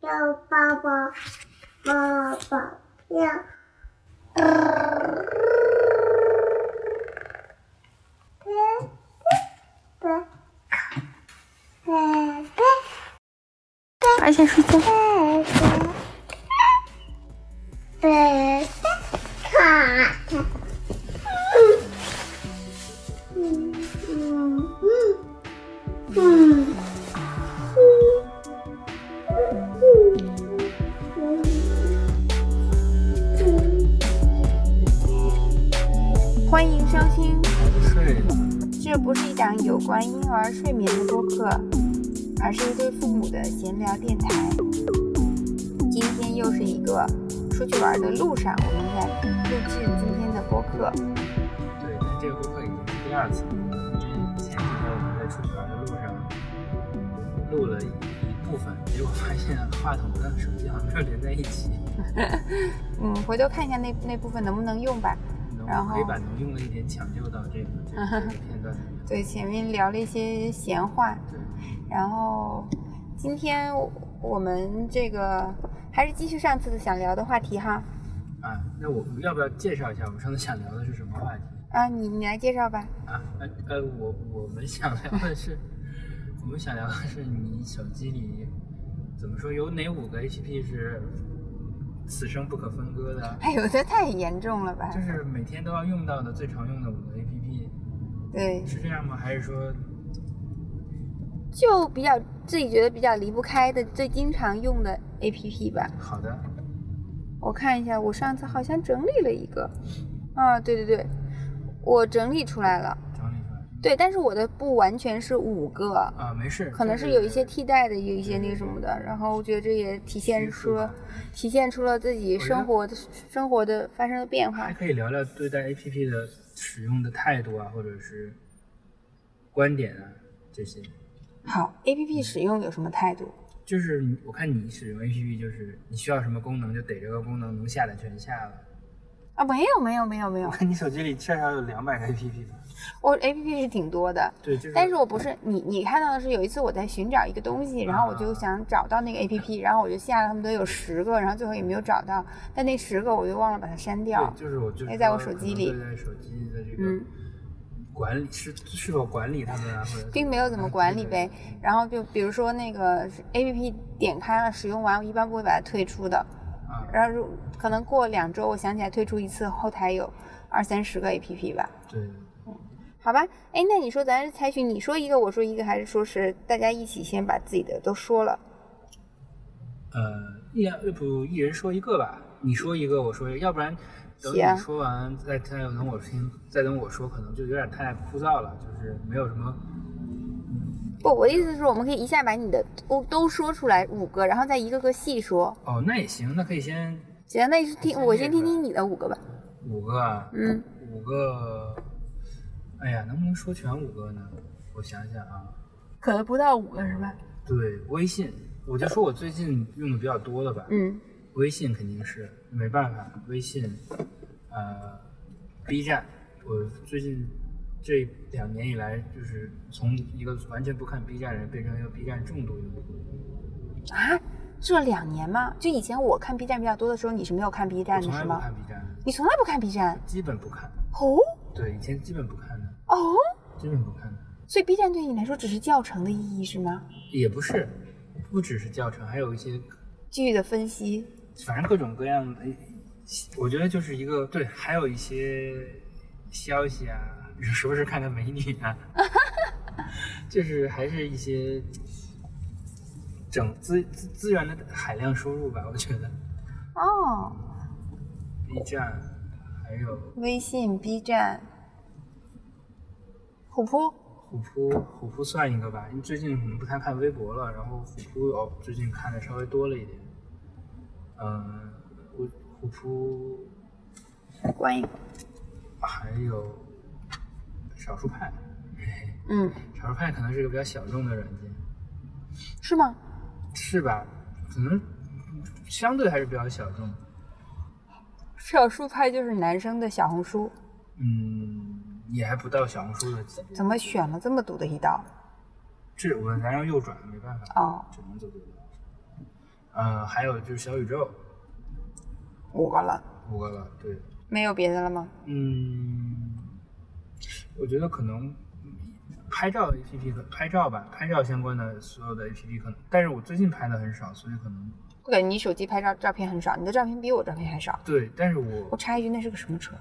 要抱抱，抱抱，要。快点睡觉。欢迎收听，睡了。这不是一档有关婴儿睡眠的播客，而是一对父母的闲聊电台。今天又是一个出去玩的路上，我们在录制今天的播客。对，但这个播客已经是第二次了。之前几天我们在出去玩的路上录了一部分，结果发现话筒跟手机好像没有连在一起。嗯，回头看一下那那部分能不能用吧。然然后后可以把能用的一点抢救到这个这个这个片段里面。对，前面聊了一些闲话，对，然后今天我们这个还是继续上次的想聊的话题哈。啊，那我们要不要介绍一下我们上次想聊的是什么话题？啊，你你来介绍吧。啊，呃呃，我我们想聊的是，我们想聊的是你手机里怎么说有哪五个 APP 是此生不可分割的？哎呦，这太严重了吧？就是每天都要用到的最常用的五个 APP，对，是这样吗？还是说就比较自己觉得比较离不开的、最经常用的 APP 吧。好的？我看一下，我上次好像整理了一个。啊，对对对，我整理出来了。整理出来对，但是我的不完全是五个，啊，没事，可能就是有一些替代的，有一些那个什么的。然后我觉得这也体现叙述出吧体现出了自己我觉生得活的生活的发生的变化还。可以聊聊对待 APP 的使用的态度啊，或者是观点啊这些。好，APP 使用有什么态度？就是你我看你使用 APP，就是你需要什么功能就逮这个功能，能下的全下了。啊，没有没有没有没有我，看你手机里至少有两百个 APP 吧？我 APP 是挺多的，对，就是。但是我不是你，你看到的是有一次我在寻找一个东西，然后我就啊想找到那个 A P P，然后我就下了，他们都有十个，然后最后也没有找到，但那十个我就忘了把它删掉。对，就是我就哎是在我说手可机能里对待手机的这嗯个管理是是否管理他们啊，或者并没有怎么管理呗，然后就比如说那个 A P P 点开了使用完，我一般不会把它退出的。啊，然后如可能过两周，我想起来退出一次，后台有二三十个 A P P 吧。对，好吧，哎，那你说咱是采取你说一个，我说一个，还是说是大家一起先把自己的都说了？呃，一人要不一人说一个吧，你说一个，我说一个，要不然等行你说完再再等我听，再等我说，可能就有点太枯燥了，就是没有什么不，我的意思是，我们可以一下把你的都都说出来五个，然后再一个个细说。哦，那也行，那可以先行，那就听先我列先出听来听你的五个吧。五个啊，嗯，五个，哎呀，能不能说全五个呢？我想想啊，可能不到五个是吧？对，微信，我就说我最近用的比较多的吧，嗯，微信肯定是没办法，微信，呃，B 站，我最近这两年以来，就是从一个完全不看 B 站的人变成一个 B 站重度用户。啊，这两年吗？就以前我看 B 站比较多的时候，你是没有看 B 我站的从来是不吗？看 B 站的，你从来不看 B 站？基本不看。哦对，以前基本不看的，哦，基本不看的，所以 B 站对你来说只是教程的意义是吗？也不是，不只是教程，还有一些剧的分析，反正各种各样的，哎我觉得就是一个对，还有一些消息啊，时不时看看美女啊， 就是还是一些整资资资源的海量输入吧，我觉得哦， B 站还有微信、B 站、虎扑，虎扑，虎扑算一个吧，因为最近可能不太看微博了，然后虎扑哦最近看的稍微多了一点，嗯，虎虎扑关于还有少数派。 嗯，少数派可能是一个比较小众的软件，是吗？是吧？可能相对还是比较小众。少数派就是男生的小红书，嗯，也还不到小红书的级别。怎么选了这么毒的一道？这我们咱要右转，没办法，哦，只能走这个。呃，还有就是小宇宙五个了，五个了，对，没有别的了吗？嗯，我觉得可能拍照 A P P 可拍照吧，拍照相关的所有的 A P P 可能，但是我最近拍的很少，所以可能我感觉你手机拍照照片很少，你的照片比我照片还少。对，但是我我插一句，那是个什么车？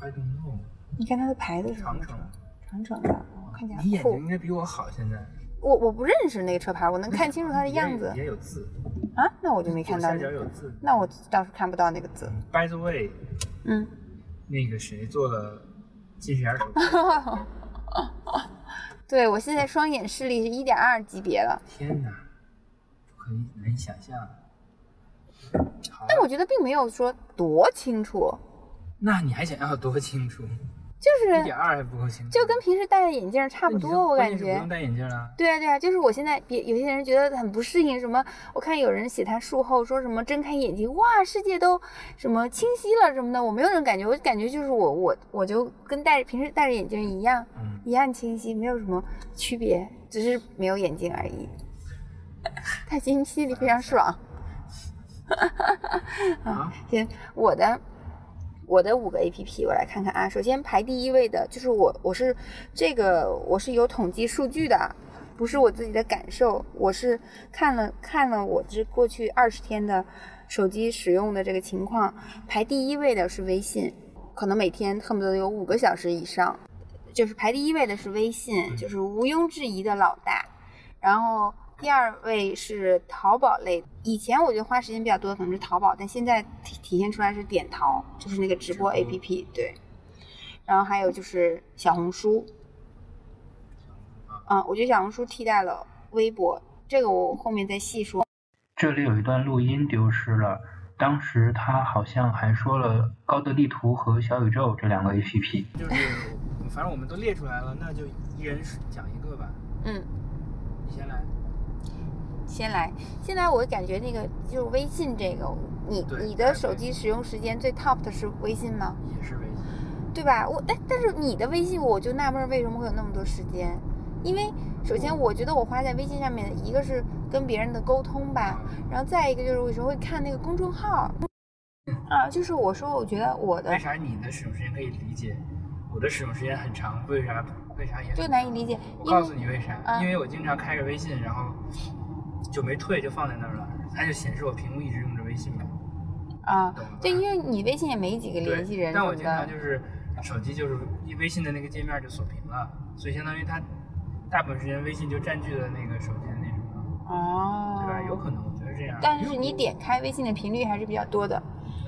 I don't know，你看它的牌子是什么车长城？长城的，哦看起来你眼睛酷应。该比我好，现在我我不认识那个车牌，我能看清楚它的样子也也有字，啊？那我就没看到左那下角有个，字。那我倒是看不到那个字。 By the way，嗯，那个谁做了近视眼手术？ 对我现在双眼视力是一点二级别了，天哪，不可以难以想象。好，但我觉得并没有说多清楚，那你还想要多清楚？一就是点二还不够清楚，就跟平时戴着眼镜儿差差不多，我感不觉用。戴眼镜了。对啊，对啊，就是我现在别有些人觉得很不适应，什么我看有人写他术后说什么睁开眼睛，哇，世界都什么清晰了什么的，我没有这种感觉，我就感觉就是我我我就跟戴平时戴着眼镜一样嗯，一样清晰，没有什么区别，只是没有眼镜而已。 他心心里非常爽。嗯啊，行，我的我的五个 A P P，我来看看啊。首先排第一位的就是我，我是这个我是有统计数据的啊，不是我自己的感受，我是看了看了我这过去二十天的手机使用的这个情况，排第一位的是微信，可能每天恨不得有五个小时以上，就是排第一位的是微信，就是毋庸置疑的老大。然后第二位是淘宝类，以前我觉得花时间比较多的可能是淘宝，但现在体体现出来是点淘，就是那个直播直播 APP 对。然后还有就是小红书，嗯，我觉得小红书替代了微博，这个我后面再细说。这里有一段录音丢失了，当时他好像还说了高德地图和小宇宙这两个 APP。就是反正我们都列出来了，那就一人讲一个吧。嗯，你先来。先来，现在我感觉那个就是微信这个，你对你的还手没机使用时间最 top 的是微信吗？也是微信，对吧？我但但是你的微信，我就纳闷儿为什么会有那么多时间，因为首先我觉得我花在微信上面，一个是跟别人的沟通吧，然后再一个就是我有时候会看那个公众号，啊，就是我说我觉得我的为啥你的使用时间可以理解，我的使用时间很长，为啥为啥也就难以理解，我因为告诉你为啥，嗯因为我经常开着微信，然后就没退，就放在那儿了，它就显示我屏幕一直用着微信嘛，啊，懂吗？对，因为你微信也没几个对联系人什但么我经常的，就是手机就是微信的那个界面就锁屏了，所以相当于它大部分时间微信就占据了那个手机的那什么，哦对吧？有可能我觉得这样。但因是为我你点开微信的频率还是比较多的，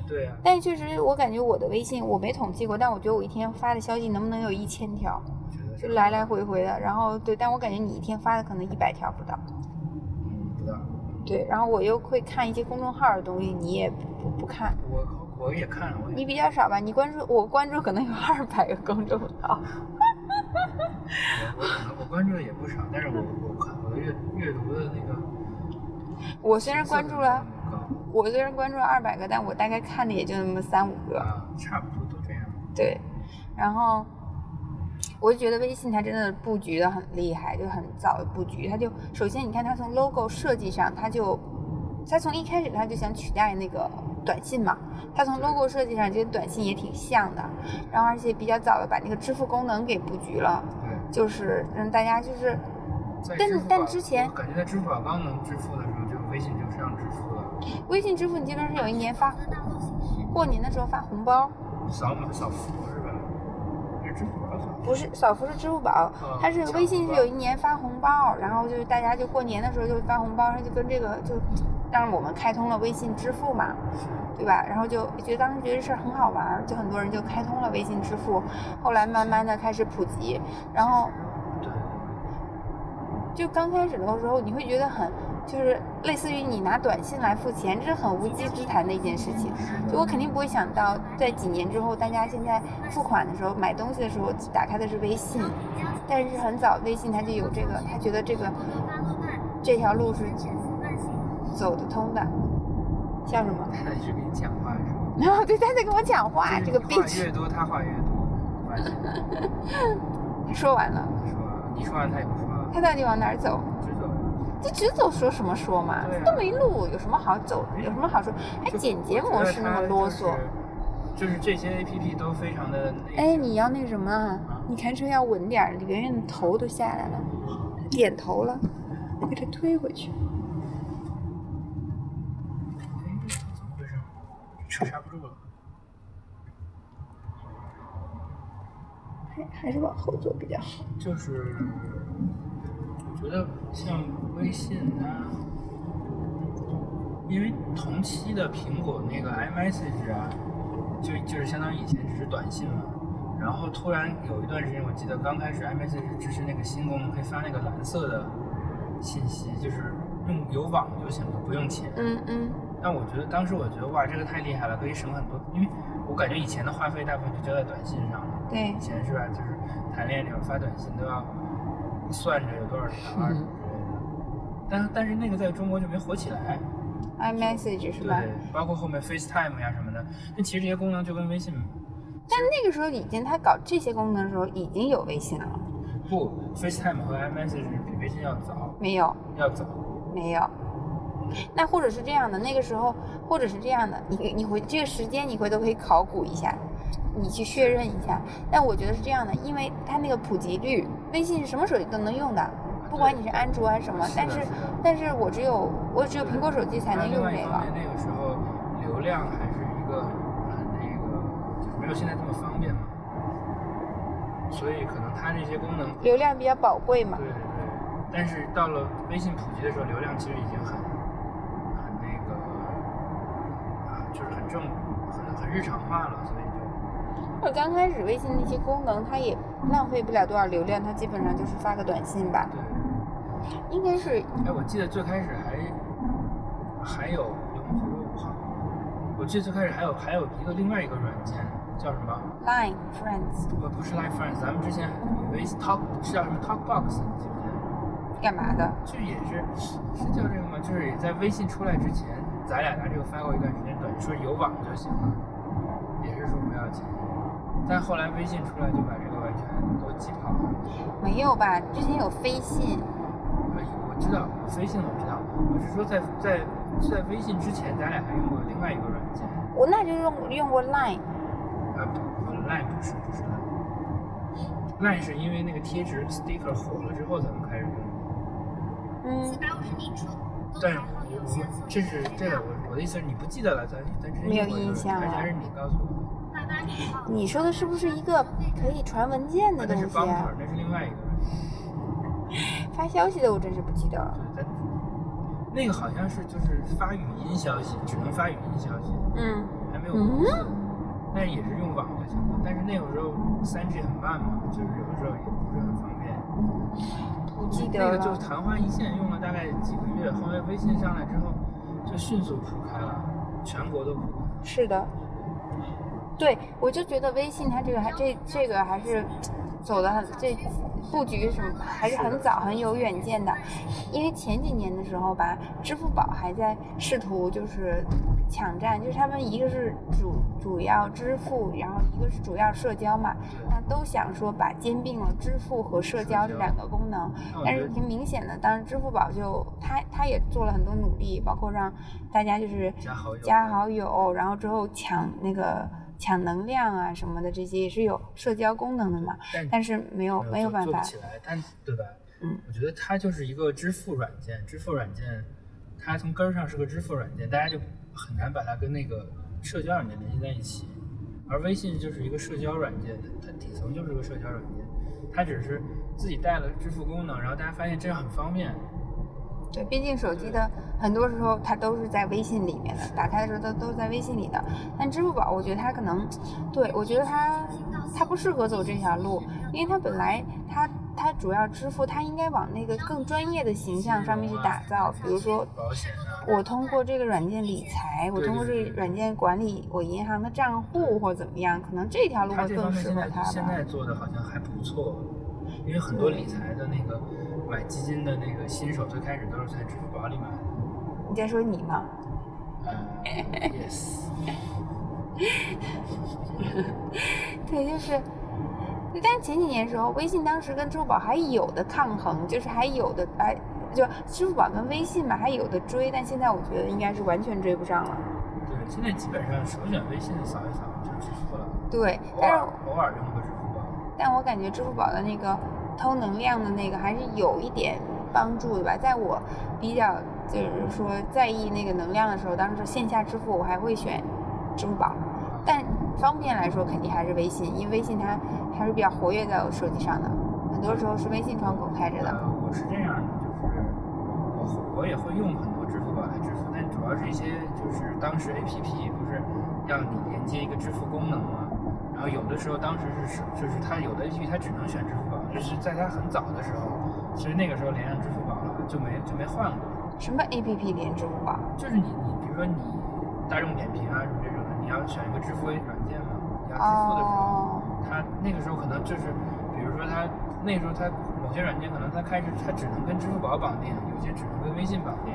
对啊，但是确实我感觉我的微信我没统计过，但我觉得我一天发的消息能不能有一千条？我觉得就是来来回回的，然后对，但我感觉你一天发的可能一百条不到，嗯不知道。对，然后我又会看一些公众号的东西，你也不不不看，我我也看了，我你也比较少吧？你关注我关注可能有二百个公众号，我可能我关注的也不少，但是我我看我的阅阅读的那个我虽然关注了，频次可能没有我虽然关注了二百个，但我大概看的也就那么三五那个，么高啊，差不多都这样。对，然后我就觉得微信它真的布局的很厉害，就很早的布局，它就首先你看它从 logo 设计上，它就它从一开始它就想取代那个短信嘛，它从 logo 设计上就跟短信也挺像的，然后而且比较早的把那个支付功能给布局了，对，就是让大家就是在但支是付但宝之前我感觉在支付宝刚能支付的时候，就微信就上支付了，微信支付，你记得是有一年发的道路行驶。过年的时候发红包，扫码扫福是吧？是支付宝扫福。不是小福是支付宝，嗯它是小微信红是包有一年发红包，然后就是大家就过年的时候就发红包，它就跟这个就让我们开通了微信支付嘛，对吧？然后就觉得当时觉得这事儿很好玩儿，就很多人就开通了微信支付，后来慢慢的开始普及，然后对，就刚开始的时候你会觉得很就是类似于你拿短信来付钱，这是很无稽之谈的一件事情。就我肯定不会想到，在几年之后，大家现在付款的时候、买东西的时候，打开的是微信。但是很早，微信它就有这个，它觉得这个这条路是走得通的。像什么？ 他一直给你讲话是吧？然后对，他在跟我讲话，啊这个就是你 bitch 话越多，他话越多。我发现说完了，说你说完他也不说了，他到底往哪儿走？知道。就直走说什么说嘛，对啊嗯都没录，有什么好走，有什么好说？还就剪辑我觉模得式那它么啰嗦。就是，就是这些 A P P 都非常的内哎，卷你要那个什么啊啊？你开车要稳点儿，李媛媛的头都下来了，她点头了，我给她推回去。哎怎么回事？车刹不住了。还还是往后坐比较好。就是我觉得像微信啊，因为同期的苹果那个 iMessage 啊，就就是相当于以前只是短信嘛，然后突然有一段时间，我记得刚开始 iMessage 支持那个新功能，可以发那个蓝色的信息，就是用有网就行了，不用钱。嗯嗯，但我觉得当时我觉得哇，这个太厉害了，可以省很多，因为我感觉以前的话费大部分就交在短信上了。对以，前是吧，就是谈恋爱那种发短信都要算着有多少条嗯啊之类的，但但是那个在中国就没火起来， iMessage 是对吧？，包括后面 FaceTime 呀、什么的，那其实这些功能就跟微信但那个时候已经他搞这些功能的时候已经有微信了，不 FaceTime 和 iMessage 比微信要早，没有要早，没有。那或者是这样的，那个时候或者是这样的，你你回这个时间你回头可以考古一下，你去确认一下。但我觉得是这样的，因为它那个普及率，微信是什么手机都能用的，不管你是安卓啊还是什么。是但的是是的但是我只有我只有苹果手机才然能后另用这外一个方。面，那个时候流量还是一个很那个，就是没有现在这么方便嘛，所以可能它这些功能流量比较宝贵嘛对，对对，但是到了微信普及的时候，流量其实已经很很那个啊，就是很正很很日常化了，所以就我刚开始微信那些功能，它也浪费不了多少流量，它基本上就是发个短信吧，对。应该是哎，我记得最开始还还有刘洪福说不好，我记得最开始还有还有一个另外一个软件叫什么？ Line Friends 不不是 Line Friends，咱们之前以为 Talk 是叫什么 Talkbox，你记不记得？干嘛的？这也是是叫这个吗？就是也在微信出来之前，咱俩拿这个发过一段时间短信，说有网就行了，也是说不要钱。但后来微信出来就把这个完全都挤跑了。没有吧？之前有飞信，呃我知道飞信我知道，我是说在在在微信之前，咱俩还用过另外一个软件，我那就用用过 Line，呃不不，Line 不是不是 Line。Line 是因为那个贴纸 sticker 火了之后，咱们开始用的。嗯，但是我我这是这个我我的意思是你不记得了，咱咱之前没有用过这印个象而且了还是你告诉我你说的是不是一个可以传文件的，的那是东西 Bumper，啊？那是另外一个人。发消息的我真是不记得了。对，咱那个好像是就是发语音消息，只能发语音消息，嗯，还没有嗯文字。但是也是用网就行了。但是那个时候三 G 很慢嘛，就是有的时候也不是很方便。不记得那了。个就昙花一现，用了大概几个月，后来微信上来之后就迅速铺开了，全国都铺开了。是的，对我就觉得微信它这个还这这个还是走的很这布局什么还是很早很有远见的，因为前几年的时候吧，支付宝还在试图就是抢占，就是他们一个是主主要支付，然后一个是主要社交嘛，那都想说把兼并了支付和社交这两个功能，那我但觉是得挺明显的，当时支付宝就它它也做了很多努力，包括让大家就是加好友啊加好友然后之后抢那个抢能量啊什么的，这些也是有社交功能的嘛。但但是没有哦没有嗯做办做法不，起来，但对吧？嗯，我觉得它就是一个支付软件，支付软件，它从根儿上是个支付软件，大家就很难把它跟那个社交软件联系在一起。而微信就是一个社交软件，它底层就是个社交软件，它只是自己带了支付功能，然后大家发现这样很方便。对，毕竟手机嗯的很多时候它都是在微信里面的，打开的时候都都是在微信里的。但支付宝，我觉得它可能，对我觉得它它不适合走这条路，因为它本来它它主要支付，它应该往那个更专业的形象上面去打造，比如说保险啊，我通过这个软件理财，我对通过对这对个软件管理我银行的账户或者怎么样，可能这条路它会这更方面适现合在它现吧。在做的好像还不错，因为很多理财的那个买基金的那个新手最开始都是在支付宝里买的。你在说你吗？呃 yes，对，就是，但前几年的时候，微信当时跟支付宝还有的抗衡，就是还有的哎，就支付宝跟微信吧，还有的追，但现在我觉得应该是完全追不上了。对，现在基本上手选微信扫一扫就支付了，对，偶但尔是偶尔用个支付宝。但我感觉支付宝的那个偷能量的那个还是有一点帮助的吧。在我比较就是说在意那个能量的时候，当时线下支付我还会选支付宝，但方便来说肯定还是微信，因为微信它还是比较活跃在我手机上的，很多时候是微信窗口开着的。呃，我是这样的，就是我我也会用很多支付宝来支付，但主要是一些就是当时 A P P 不是让你连接一个支付功能嘛，然后有的时候当时是是就是它有的 A P P 它只能选支付宝，就是在它很早的时候，所以那个时候连上支付宝了就没就没换过。什么 APP 连支付宝？就是你你比如说你大众点评啊什么这种的，你要选一个支付软件嘛，你要支付的时候，哦它那个时候可能就是，比如说它那时候它某些软件可能它开始它只能跟支付宝绑定，有些只能跟微信绑定，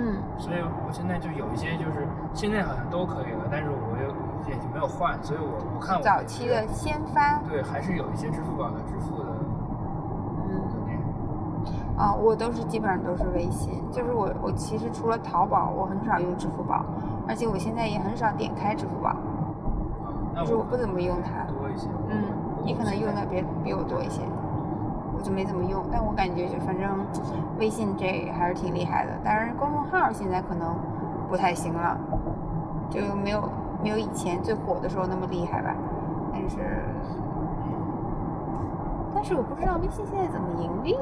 嗯，所以我现在就有一些就是现在好像都可以了，但是我又也就没有换，所以我我看我早期的先发，对还是有一些支付宝的支付的嗯。的那种啊，我都是基本上都是微信，就是我我其实除了淘宝，我很少用支付宝，而且我现在也很少点开支付宝，啊，那就是我不啊可怎么能用它。多一些，嗯，你可能用的比比我多一些，我就没怎么用，但我感觉就反正微信这还是挺厉害的，但是公众号现在可能不太行了，就没有没有以前最火的时候那么厉害吧，但是但是我不知道微信现在怎么盈利，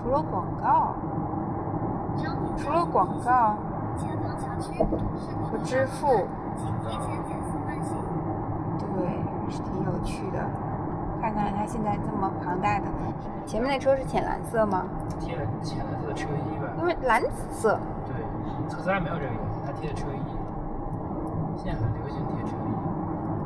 除了广告，除了广告。和支支付付，请提前减速慢行。对，还是挺有趣的。看看它现在这么庞大的，前面那车是浅蓝色吗？贴了浅蓝色的车衣吧。因为蓝紫色，对，特斯拉没有这个颜色，它贴的车衣。现在很流行贴车衣，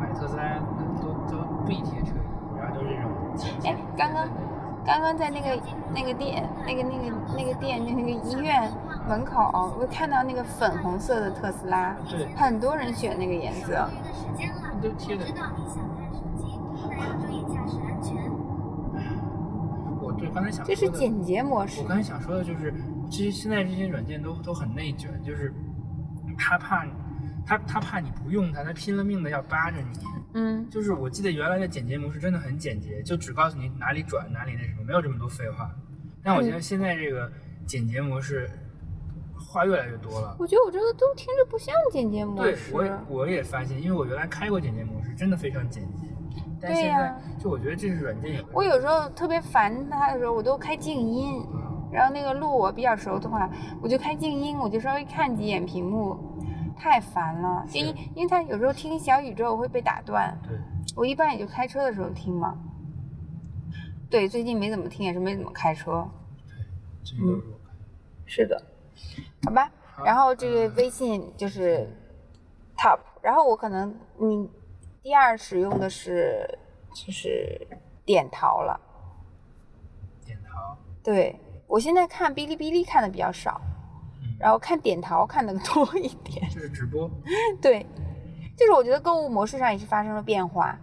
买特斯拉的都都必贴车衣，然后都是这种浅浅哎刚刚浅浅的颜色刚刚在那个那个店、那个那个那个店、那个医院门口，我看到那个粉红色的特斯拉，对，很多人选那个颜余色。的时间了，都贴的知。道你想看手机，但要注意驾驶安全。我对刚才想这说是的，简洁模式我，刚才想说的就是，这些现在这些软件都都很内卷，就是他怕你他他怕你不用它，他拼了命的要扒着你。嗯，就是我记得原来的简洁模式真的很简洁，就只告诉你哪里转哪里那什么，没有这么多废话。但我觉嗯得现在这个简洁模式话越来越多了。我觉得我这个都听着不像简洁模对，我也式。我也发现，因为我原来开过简洁模式，真的非常简洁。但对现在、呀就我觉得这是软件有的我有时候特别烦它的时候，我都开静音。然后那个路我比较熟的话，我就开静音，我就稍微看几眼屏幕，太烦了。是因因为他有时候听小宇宙会被打断，对，我一般也就开车的时候听嘛。对，最近没怎么听，也是没怎么开车。这个嗯是的，好吧。好然后这个微信就是 top，然后我可能嗯，第二使用的是就是点淘了。点淘，对我现在看哔哩哔哩看的比较少，嗯然后看点淘看的多一点。 就是直播，对，就是我觉得购物模式上也是发生了变化，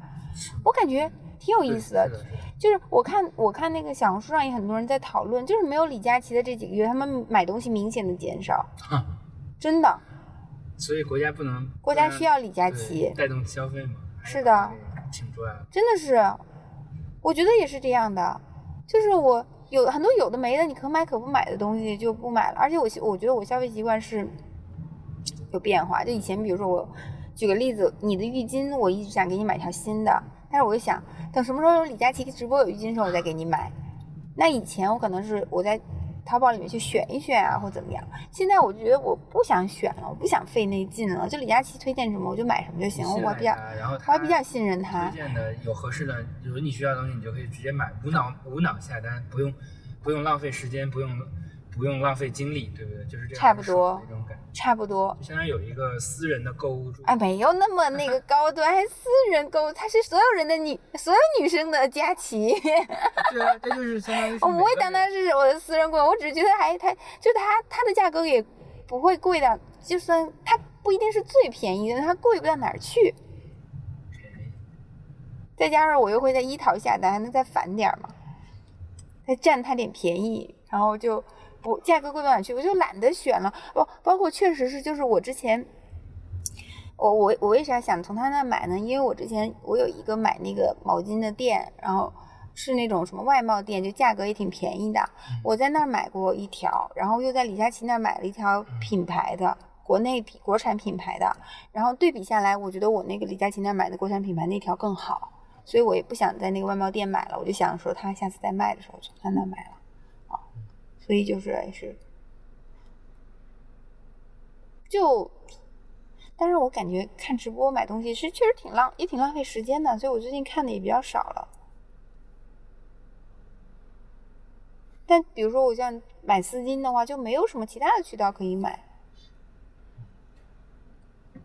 我感觉挺有对意思的是。的，是的就是我看我看那个小红书上也很多人在讨论，就是没有李佳琦的这几个月，他们买东西明显的减少，真的，所以国家不能，国家需要李佳嗯对琦，带动消费嘛，还是的，挺重要的。真的是，我觉得也是这样的，就是我有很多有的没的，你可买可不买的东西就不买了，而且我消我觉得我消费习惯是有变化，就以前比如说我举个例子，你的浴巾我一直想给你买条新的，但是我就想等什么时候有李佳琦直播有浴巾的时候我再给你买。那以前我可能是我在淘宝里面去选一选啊，或怎么样，现在我觉得我不想选了，我不想费那劲了，就李佳琦推荐什么我就买什么就行了，信我赖比较它然后我还它比较信任他推。荐的有合适的，有你需要的东西，你就可以直接买，无脑无脑下单，不用不用浪费时间，不用不用浪费精力，对不对？就是这样差不很爽多的一种感觉，差不多。就相当于有一个私人的购物助理哎，没有那么那个高端，还私人购物，它是所有人的女，所有女生的佳琪。对啊，这就是相当于哦我不会当它他是我的私人购物，我只是觉得还它就它它的价格也不会贵到，就算它不一定是最便宜的，它贵不到哪儿去。再加上我又会在一淘下单，还能再返点儿嘛，再占它点便宜，然后就不价格贵不想去，我就懒得选了。包包括确实是，就是我之前，我我我为啥想从他那买呢？因为我之前我有一个买那个毛巾的店，然后是那种什么外贸店，就价格也挺便宜的。我在那儿买过一条，然后又在李佳琦那儿买了一条品牌的。国内品国产品牌的，然后对比下来，我觉得我那个李佳琦那儿买的国产品牌那条更好，所以我也不想在那个外贸店买了，我就想说他下次再卖的时候从他那儿买了，啊，所以就是也是，就，但是我感觉看直播买东西是确实挺浪，也挺浪费时间的，所以我最近看的也比较少了。但比如说我像买丝巾的话，就没有什么其他的渠道可以买。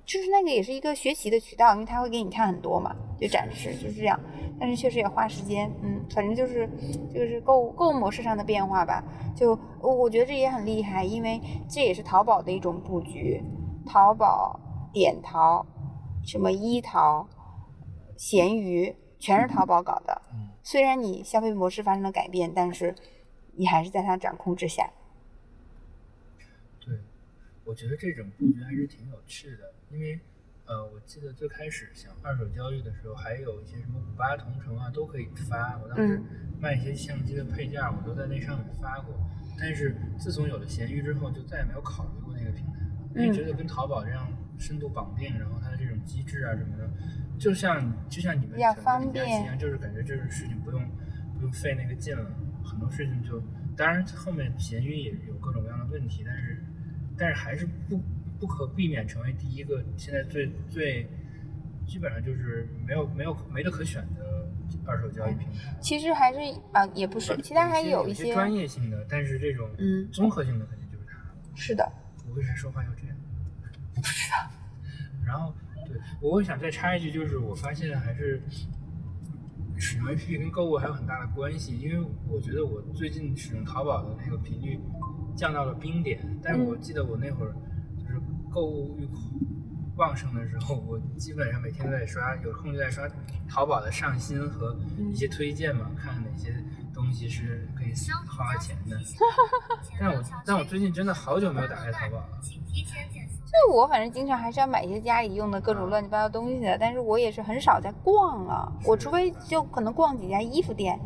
就是那个也是一个学习的渠道，因为他会给你看很多嘛，就展示就是这样。但是确实也花时间，嗯，反正就是就是购物购物模式上的变化吧。就我我觉得这也很厉害，因为这也是淘宝的一种布局，淘宝、点淘、什么一淘、闲鱼，全是淘宝搞的。嗯虽然你消费模式发生了改变，但是你还是在它掌控之下。对，我觉得这种布局还是挺有趣的，因为呃，我记得最开始想二手交易的时候，还有一些什么五八同城啊都可以发，我当时卖一些相机的配件，我都在那上面发过。但是自从有了闲鱼之后，就再也没有考虑过那个平台了，因为嗯觉得跟淘宝这样深度绑定，然后它的这种机制啊什么的，就像就像你们比较选择方李佳琦一便样，就是感觉这种事情不用不用费那个劲了，很多事情就当然后面闲鱼也有各种各样的问题，但是但是还是不不可避免成为第一个现在最最基本上就是没有没有没得可选的二手交易平台。其实还是啊、也不是，哎其他还有有一些些，专业性的，但是这种嗯综合性的肯定就是它。是的，我为啥说话要这样？ 不知道。然后，对，我想再插一句，就是我发现还是使用 APP 跟购物还有很大的关系，因为我觉得我最近使用淘宝的那个频率降到了冰点，但是我记得我那会儿就是购物欲旺盛的时候，我基本上每天都在刷，有空就在刷淘宝的上新和一些推荐嘛，看哪些东西是可以花花钱的。但我但我最近真的好久没有打开淘宝了。请提前减速。就我反正经常还是要买一些家里用的各种乱七八糟东西的，但是我也是很少在逛了。我除非就可能逛几家衣服店，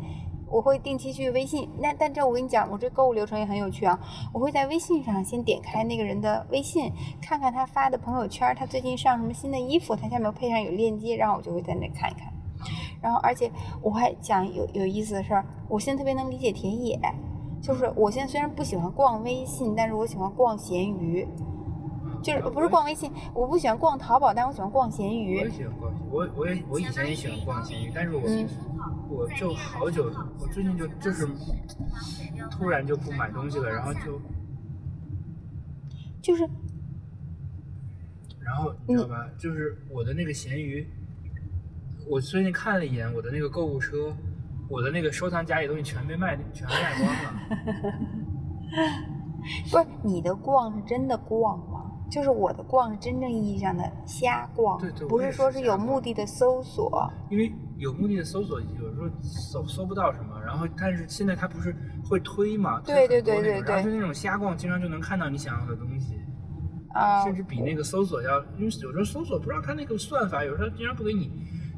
我会定期去微信。那但这我跟你讲，我这购物流程也很有趣啊。我会在微信上先点开那个人的微信，看看他发的朋友圈，他最近上什么新的衣服，他下面配上有链接，然后我就会在那看一看。然后而且我还讲有有意思的事儿，我现在特别能理解田野，就是我现在虽然不喜欢逛微信，但是我喜欢逛闲鱼。就是不是逛微信，我不喜欢逛淘宝，但我喜欢逛闲我也鱼。喜欢逛闲，我我也我以前也喜欢逛闲鱼，但是我、嗯我就好久，我最近就就是突然就不买东西了，然后就就是然后你知道嗯吧，就是我的那个闲鱼，我最近看了一眼我的那个购物车，我的那个收藏夹里东西全被卖全被卖光了，不是你的逛是真的逛吗？就是我的逛是真正意义上的瞎逛，对对不我也是是说是瞎有逛目的的搜索。因为有目的的搜索有时候搜搜不到什么，然后但是现在它不是会推嘛，推对对很多对那种对然后对就那种瞎逛，经常就能看到你想要的东西。啊、甚至比那个搜索要，因为有时候搜索不知道它那个算法，有时候经常不给你，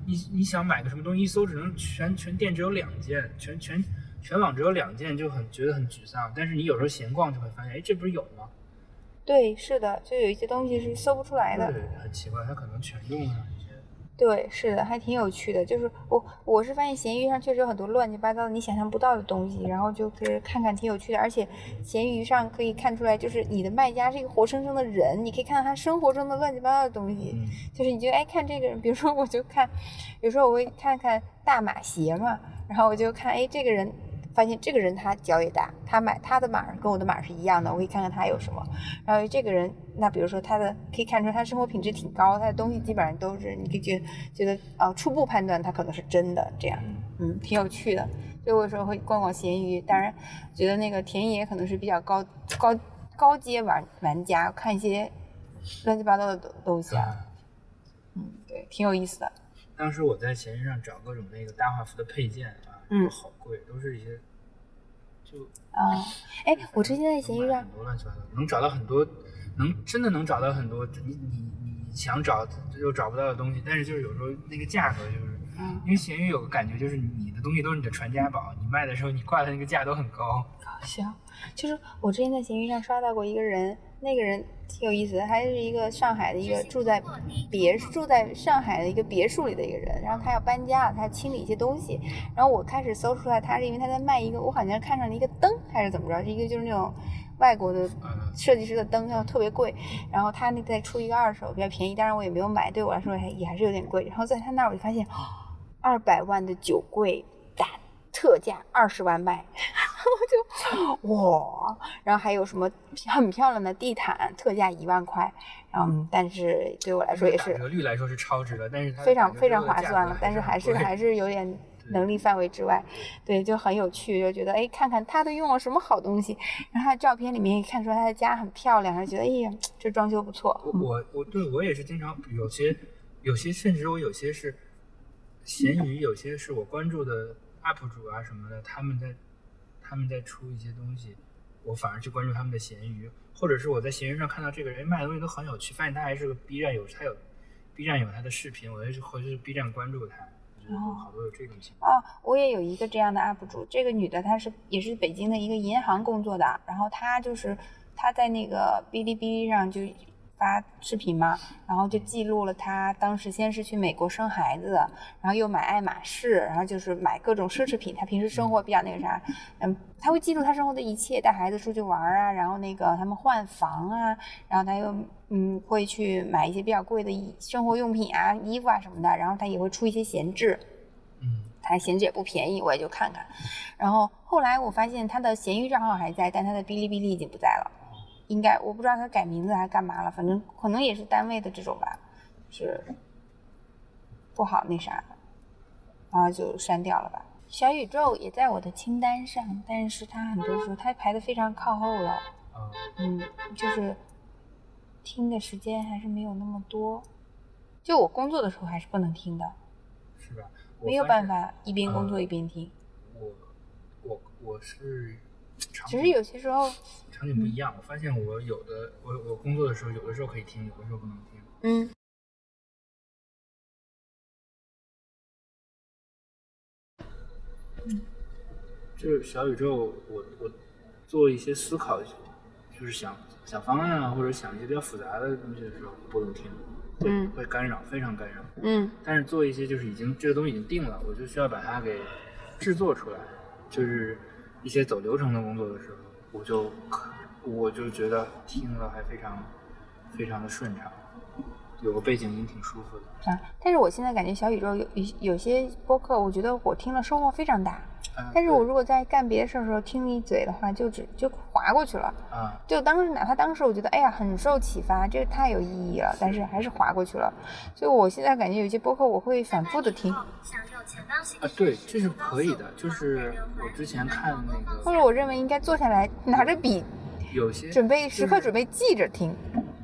你你想买个什么东西，一搜只能全全店只有两件，全全全网只有两件，就很觉得很沮丧。但是你有时候闲逛就会发现，哎，这不是有吗？对，是的，就有一些东西是搜不出来的。对，很奇怪，它可能全用了一些。对，是的，还挺有趣的。就是我我是发现闲鱼上确实有很多乱七八糟你想象不到的东西，然后就是看看挺有趣的。而且闲鱼上可以看出来，就是你的卖家是一个活生生的人，你可以看到他生活中的乱七八糟的东西。嗯，就是你就哎看这个人，比如说我就看，有时候我会看看大码鞋嘛，然后我就看哎这个人，发现这个人他脚也大，他买他的码儿跟我的码儿是一样的，我可以看看他有什么。然后这个人，那比如说他的可以看出他生活品质挺高，他的东西基本上都是你可以觉觉得啊、呃初步判断他可能是真的这样，嗯嗯，挺有趣的。所以我有时候会逛逛闲鱼，当然觉得那个田野可能是比较高高高阶玩玩家，看一些乱七八糟的东东西啊。嗯，对，挺有意思的。当时我在闲鱼上找各种那个大画幅的配件啊，嗯都好贵，都是一些就啊，哎，我最近在闲鱼上很多乱七八糟，能找到很多，能真的能找到很多你你你想找又找不到的东西，但是就是有时候那个价格就是，嗯因为闲鱼有个感觉就是你的东西都是你的传家宝，你卖的时候你挂的那个价都很高， 行，就是我之前在闲鱼上刷到过一个人，那个人挺有意思的，他是一个上海的一个住在别住在上海的一个别墅里的一个人，然后他要搬家，他要清理一些东西，然后我开始搜出来，他是因为他在卖一个，我好像看上了一个灯还是怎么着，是一个就是那种外国的嗯，设计师的灯要特别贵，然后他那再出一个二手比较便宜，当然我也没有买，对我来说还也还是有点贵。然后在他那儿我就发现，二百万的酒柜打特价二十万卖， 我就哇，然后还有什么很漂亮的地毯特价一万块，然后但是对我来说也嗯呃打是折率来说是超值的，但是它非常打折非常之后的划价格算了，但是还 是很贵还是有点。能力范围之外，对，就很有趣，就觉得哎，看看他都用了什么好东西，然后他的照片里面也看出来他的家很漂亮，然后觉得哎呀，这装修不错，我我我对我也是经常有些有些甚至我有些是闲鱼，有些是我关注的 UP 主啊什么的，他们在他们在出一些东西，我反而去关注他们的闲鱼，或者是我在闲鱼上看到这个人卖的东西都很有趣，发现他还是个 B 站有他有 B 站有他的视频，我就去回去 B 站关注他，就是哦有好多有这种情况。啊，我也有一个这样的 UP 主，这个女的她是也是北京的一个银行工作的，啊然后她就是她在那个哔哩哔哩上就发视频嘛，然后就记录了她当时先是去美国生孩子，然后又买爱马仕，然后就是买各种奢侈品。她平时生活比较那个啥，嗯，她会记录她生活的一切，带孩子出去玩儿啊，然后那个他们换房啊，然后他又嗯会去买一些比较贵的衣生活用品啊、衣服啊什么的，然后他也会出一些闲置。嗯，他闲置也不便宜，我也就看看。然后后来我发现他的闲鱼账号还在，但他的哔哩哔哩已经不在了，哦应该我不知道他改名字还是干嘛了，反正可能也是单位的这种吧，是不好那啥的，然后就删掉了吧。小宇宙也在我的清单上，但是它很多时候它排的非常靠后了，啊、嗯，就是听的时间还是没有那么多，就我工作的时候还是不能听的，是吧？我没有发办现，法一边工作呃一边听。我我我是常只年是有些时候，嗯场景不一样。我发现我有的，我我工作的时候，有的时候可以听，有的时候不能听。嗯，就是小宇宙，我我做一些思考，就是想想方案啊，或者想一些比较复杂的东西的时候，不能听，会、嗯会干扰，非常干扰。嗯但是做一些就是已经这个东西已经定了，我就需要把它给制作出来，就是一些走流程的工作的时候，我就可我就觉得听了还非常非常的顺畅，有个背景音挺舒服的。啊，但是我现在感觉小宇宙有有有些播客，我觉得我听了收获非常大。啊但是我对如果在干别的事儿的时候听一嘴的话，就只就划过去了。啊，就当时哪怕当时我觉得哎呀很受启发，这个太有意义了，但是还是划过去了。所以我现在感觉有些播客我会反复的听，啊，对，这是可以的。就是我之前看那或个者我认为应该坐下来拿着笔，有些准备时刻准备，备记着听。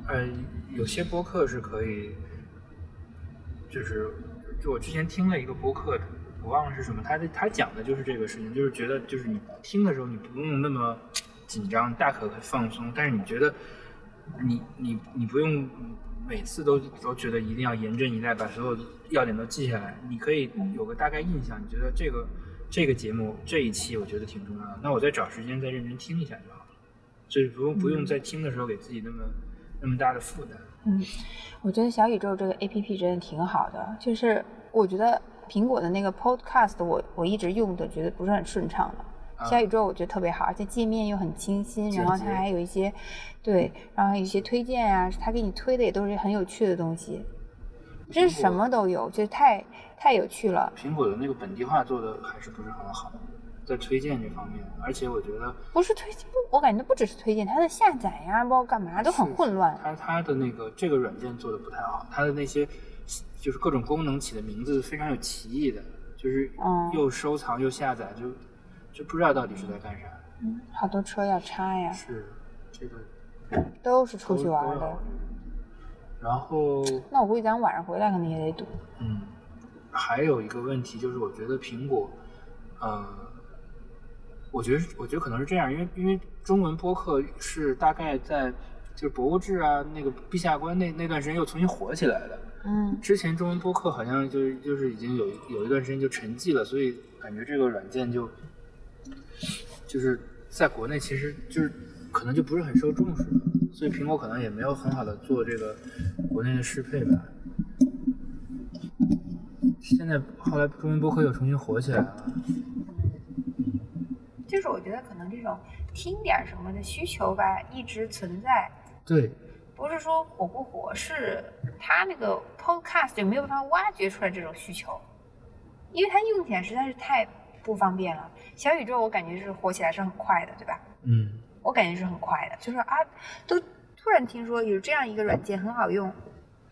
呃，有些播客是可以，就是就我之前听了一个播客，我忘了是什么，他的他讲的就是这个事情，就是觉得就是你听的时候你不用那么紧张，大可放松，但是你觉得你你你不用每次都都觉得一定要严阵以待，把所有要点都记下来。你可以有个大概印象，你觉得这个这个节目这一期我觉得挺重要的，那我再找时间再认真听一下就好了。所以不用不嗯用在听的时候给自己那么那么大的负担。我觉得小宇宙这个 A P P 真的挺好的，就是我觉得苹果的那个 Podcast 我我一直用的，觉得不是很顺畅的。啊小宇宙我觉得特别好，而且界面又很清新，简然后洁它还有一些，对，然后还有一些推荐啊，它给你推的也都是很有趣的东西，真是什么都有，就是太太有趣了。苹果的那个本地化做的还是不是很好，在推荐这方面，而且我觉得不是推荐，不我感觉不只是推荐，它的下载呀、包括干嘛都很混乱。它它的那个这个软件做的不太好，它的那些就是各种功能起的名字非常有歧义的，就是嗯又收藏又下载，就就不知道到底是在干啥。嗯，好多车要插呀，是这个都是出都去玩儿都要的。然后那我估计咱晚上回来可能也得堵。嗯，还有一个问题就是，我觉得苹果，呃，我觉得是，我觉得可能是这样，因为因为中文播客是大概在就是博物志啊，那个陛下观那那段时间又重新火起来的。嗯之前中文播客好像就是就是已经有一有一段时间就沉寂了，所以感觉这个软件就就是在国内其实就是可能就不是很受重视，所以苹果可能也没有很好的做这个国内的适配吧。现在后来中文播客又重新火起来了，就是我觉得可能这种听点什么的需求吧，一直存在。对，不是说火不火，是它那个 podcast 就没有办法挖掘出来这种需求，因为它用起来实在是太不方便了。小宇宙我感觉是火起来是很快的，对吧？嗯，我感觉是很快的，就是啊，都突然听说有这样一个软件很好用，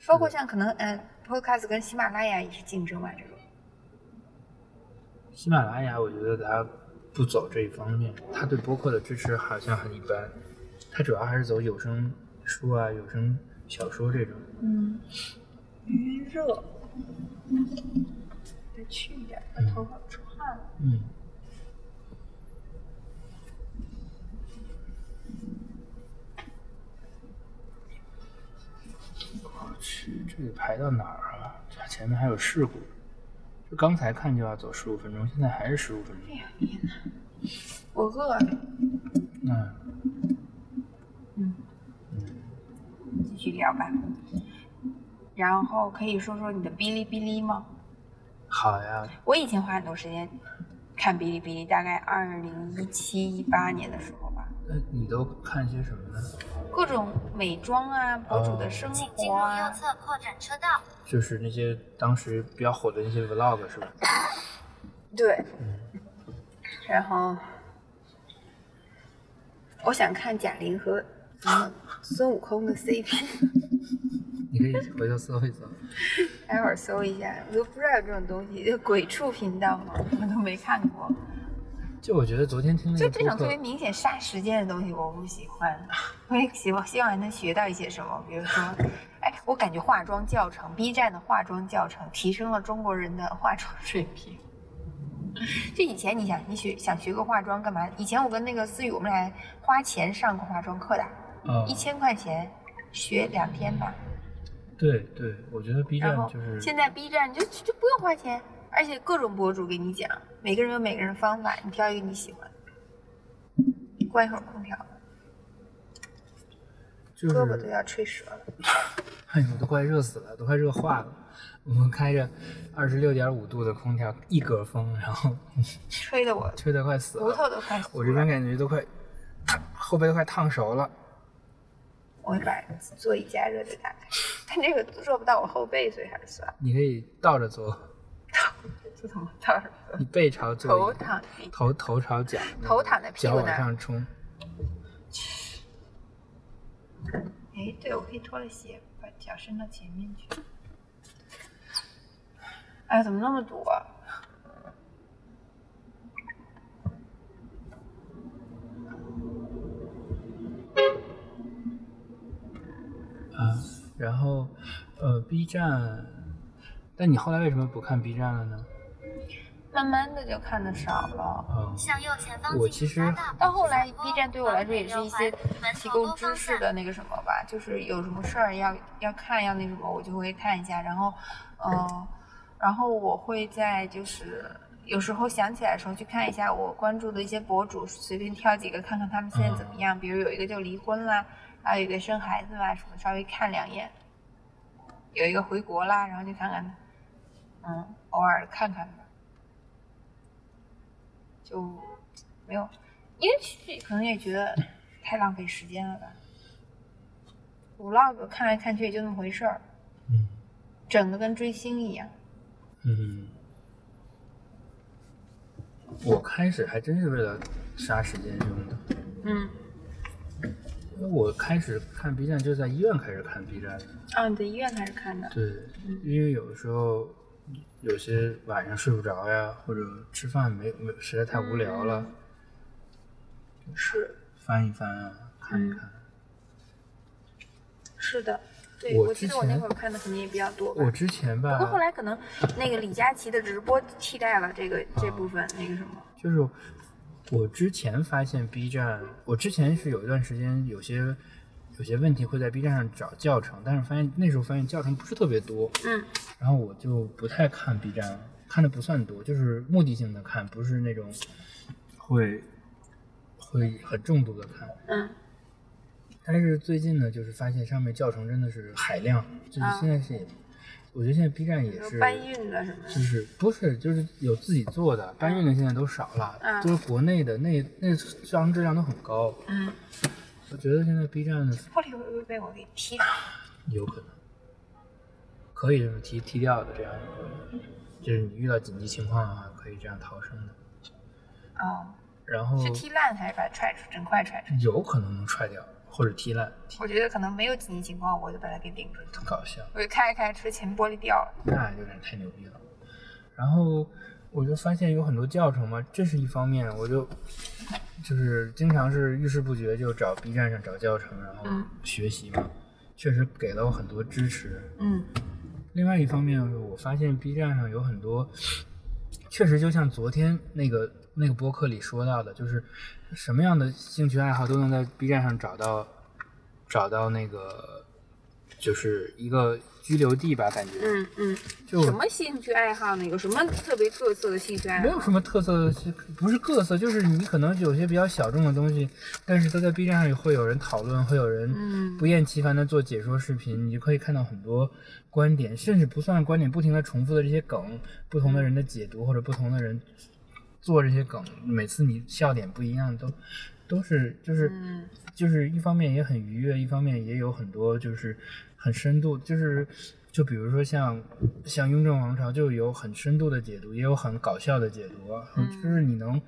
包括像可能嗯、呃、podcast 跟喜马拉雅也是竞争嘛这种。喜马拉雅我觉得它不走这一方面，它对播客的支持好像很一般，它主要还是走有声书啊、有声小说这种。嗯，余热，再去一点，把头发出汗了。嗯，嗯我去，这得排到哪儿啊？这前面还有事故，这刚才看就要走十五分钟，现在还是十五分哎钟。呀天哪，我饿了，那嗯，继续聊吧。然后可以说说你的哔哩哔哩吗？好呀，我以前花很多时间看哔哩哔哩，大概二零一七一八年的时候吧，那你都看些什么呢？各种美妆啊，博主的生请进活入右啊，侧扩展车道。就是那些当时比较火的那些 vlog 是吧？对。然后我想看贾玲和、嗯、孙悟空的 CP。你可以回头搜一搜。 待会儿搜一下，我都不知道有这种东西，就鬼畜频道嘛，我都没看过。就我觉得昨天听那就个这种特播别客，明显杀时间的东西，我不喜欢。我也希望希望还能学到一些什么，比如说，哎，我感觉化妆教程，B 站的化妆教程提升了中国人的化妆水平。就以前你想你学想学个化妆干嘛？以前我跟那个思雨，我们俩花钱上过化妆课的，嗯一，千块钱学两天吧。对对，我觉得 B 然站后就是现在 B 站就就不用花钱，而且各种博主给你讲，每个人有每个人的方法，你挑一个你喜欢。关一会儿空调，就是胳膊都要吹折了。 哎呦，我都快热死了，都快热化了。我们开着二十六点五度的空调，一格风，然后 吹得我吹得快死骨了。头都快我酥这边了。感觉都快烫，后背都快烫熟了。我会把座椅加热的打开，但这个做不到我后背，所以还是算了。你可以倒着坐，就从到时候你背朝座头椅，躺哎地，头头朝脚，头躺在屁脚股往那儿。上冲。哎，对，我可以脱了鞋，把脚伸到前面去。哎呀，怎么那么堵啊？啊，然后呃，B 站，但你后来为什么不看 B 站了呢？慢慢的就看的少了。哦，向右前方我进其入匝实道。到后来，B 站对我来说也是一些门提左供多知方识向的那个什么吧，就是有什么事儿要要看要那什么，我就会看一下，然后，嗯、然后我会在就是有时候想起来的时候去看一下我关注的一些博主，随便挑几个看看他们现在怎么样，比如有一个就离婚啦，还有一个生孩子啦什么，稍微看两眼，有一个回国啦，然后就看看，嗯，偶尔看看吧，就没有。因为去可能也觉得太浪费时间了吧。vlog 看来看去也就那么回事儿，嗯整的跟追星一样。嗯，我开始还真是为了杀时间用的。嗯，因为我开始看 B 站就是在医院开始看 B 站的，啊，你在医院开始看的，对，因为有的时候有些晚上睡不着呀，或者吃饭没没实在太无聊了，是翻一翻啊，看嗯一看。是的，对我我记之得我那前会儿看的可能也比较多吧我。之前吧，不过后来可能啊那个李佳琦的直播替代了这个这部分那个什么，就是我之前发现 B 站，我之前是有一段时间有些有些问题会在 B 站上找教程，但是发现那时候发现教程不是特别多，嗯，然后我就不太看 B 站，看的不算多，就是目的性的看，不是那种会会很重度的看，嗯，但是最近呢，就是发现上面教程真的是海量，就是啊现在是也，我觉得现在 B 站也比如是搬运的什么的，就是不是就是有自己做的，搬运的现在都少了，嗯就是国内的那那教程质量都很高。嗯，我觉得现在 B 站后来会不会被我给踢出去？有可能可以这么踢踢掉的，这样就是你遇到紧急情况的话，可以这样逃生的。哦，然后是踢烂还是把它踹出，整块踹出去？有可能能踹掉或者踢烂，我觉得可能没有紧急情况，我就把它给顶出去。很搞笑。我就开着开着车前玻璃掉了，那有点太牛逼了。然后我就发现有很多教程嘛，这是一方面，我就就是经常是遇事不决就找 B 站上找教程，然后嗯学习嘛，确实给了我很多支持。嗯另外一方面，我发现 B 站上有很多，确实就像昨天那个那个播客里说到的，就是什么样的兴趣爱好都能在 B 站上找到，找到那个就是一个居留地吧，感觉。嗯嗯，就我什么兴趣爱好呢？有什么特别特色的兴趣爱没好？有什么特色的，不是特色，就是你可能有些比较小众的东西，但是它在 B 站上会有人讨论，会有人嗯不厌其烦的做解说视频，你就可以看到很多观点，甚至不算观点，不停的重复的这些梗，不同的人的解读或者不同的人做这些梗，每次你笑点不一样，都都是就是、嗯就是一方面也很愉悦，一方面也有很多就是很深度，就是就比如说像像雍正王朝就有很深度的解读，也有很搞笑的解读啊，嗯就是你能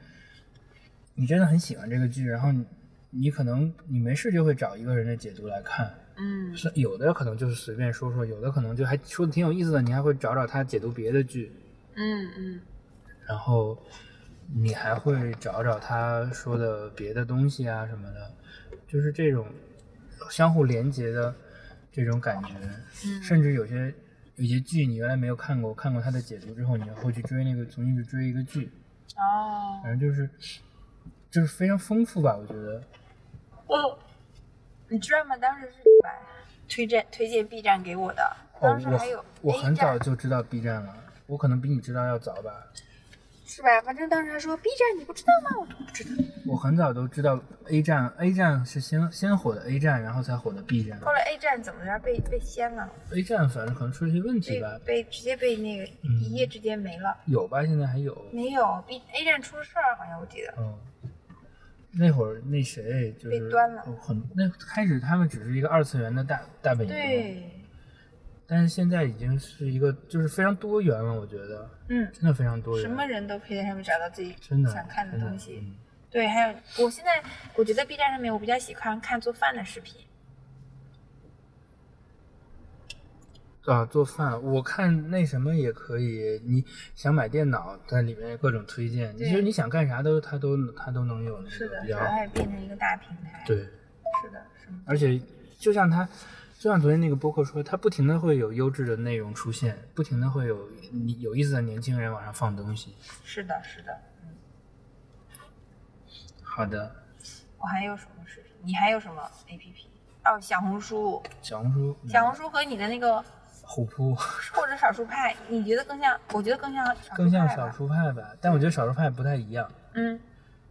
你真的很喜欢这个剧，然后你你可能你没事就会找一个人的解读来看，嗯是有的可能就是随便说说，有的可能就还说的挺有意思的，你还会找找他解读别的剧，嗯嗯然后你还会找找他说的别的东西啊什么的，就是这种相互连接的这种感觉，嗯甚至有些有些剧你原来没有看过，看过他的解读之后，你会去追那个重新去追一个剧，哦反正就是就是非常丰富吧，我觉得。我，哦你知道吗？当时是吧推荐推荐 B 站给我的，哦当，时还有我我 A 很站早就知道 B 站了，我可能比你知道要早吧。是吧？反正当时还说 B 站你不知道吗？我都不知道。我很早都知道 A 站，A 站是先先火的 A 站，然后才火的 B 站。后来 A 站怎么着被被掀了， A 站反正可能出了些问题被吧，被直接被那个嗯一夜之间没了。有吧？现在还有。没有 B A 站出了事儿，好像我记得。嗯，那会儿那谁就是被端了很那开始他们只是一个二次元的大大本营，，对，但是现在已经是一个就是非常多元了，我觉得嗯，真的非常多元，什么人都可以在上面找到自己啊真的想看的真东西。嗯对，还有我现在我觉得 B 站上面我比较喜欢看做饭的视频。啊，做饭，我看那什么也可以。你想买电脑，它里面有各种推荐，其对实你想干啥都，它都它都能有那是个的，比主较要还变成一个大平台。，对。是的，什么而且就像他，就像昨天那个播客说，他不停的会有优质的内容出现，不停的会有你有意思的年轻人往上放东西。是的，是的。好的，我还有什么视频？你还有什么 A P P？哦，小红书，小红书，嗯小红书和你的那个虎扑或者少数派，你觉得更像？我觉得更像少更数像派少吧。数派吧，但我觉得少数派不太一样，嗯，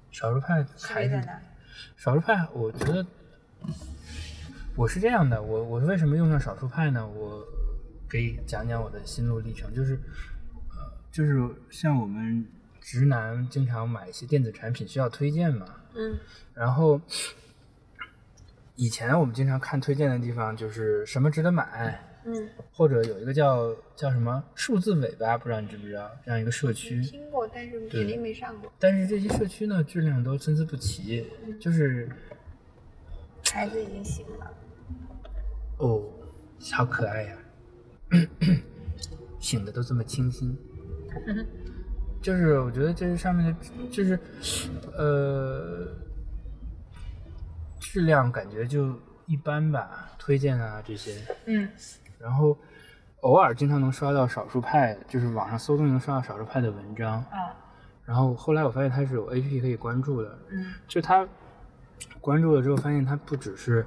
少数派区还别是在哪？少数派，我觉得我是这样的，我我为什么用上少数派呢？我给讲讲我的心路历程，就是呃，就是像我们直男经常买一些电子产品需要推荐嘛，嗯然后以前我们经常看推荐的地方就是什么值得买，嗯，或者有一个叫叫什么数字尾巴，不知道你知不知道这样一个社区。听过，但是对肯定没上过。但是这些社区呢，质量都参差不齐，就是孩子已经醒了，哦，好可爱呀、 醒的都这么清新。就是我觉得这是上面的，就是呃，质量感觉就一般吧，推荐啊这些。嗯然后偶尔经常能刷到少数派，就是网上搜都能刷到少数派的文章，啊，然后后来我发现它是有 APP 可以关注的，嗯就它关注了之后，发现它不只是，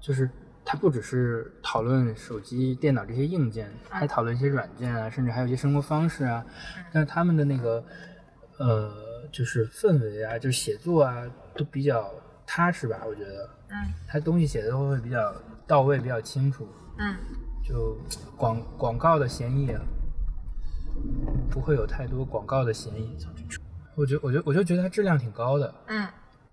就是它不只是讨论手机、电脑这些硬件，还讨论一些软件啊，甚至还有一些生活方式啊。但是他们的那个呃，就是氛围啊，就是写作啊，都比较踏实吧，我觉得。嗯。它东西写的都会比较到位，比较清楚，嗯，就广广告的嫌疑啊，不会有太多广告的嫌疑。我觉我觉我就觉得它质量挺高的。嗯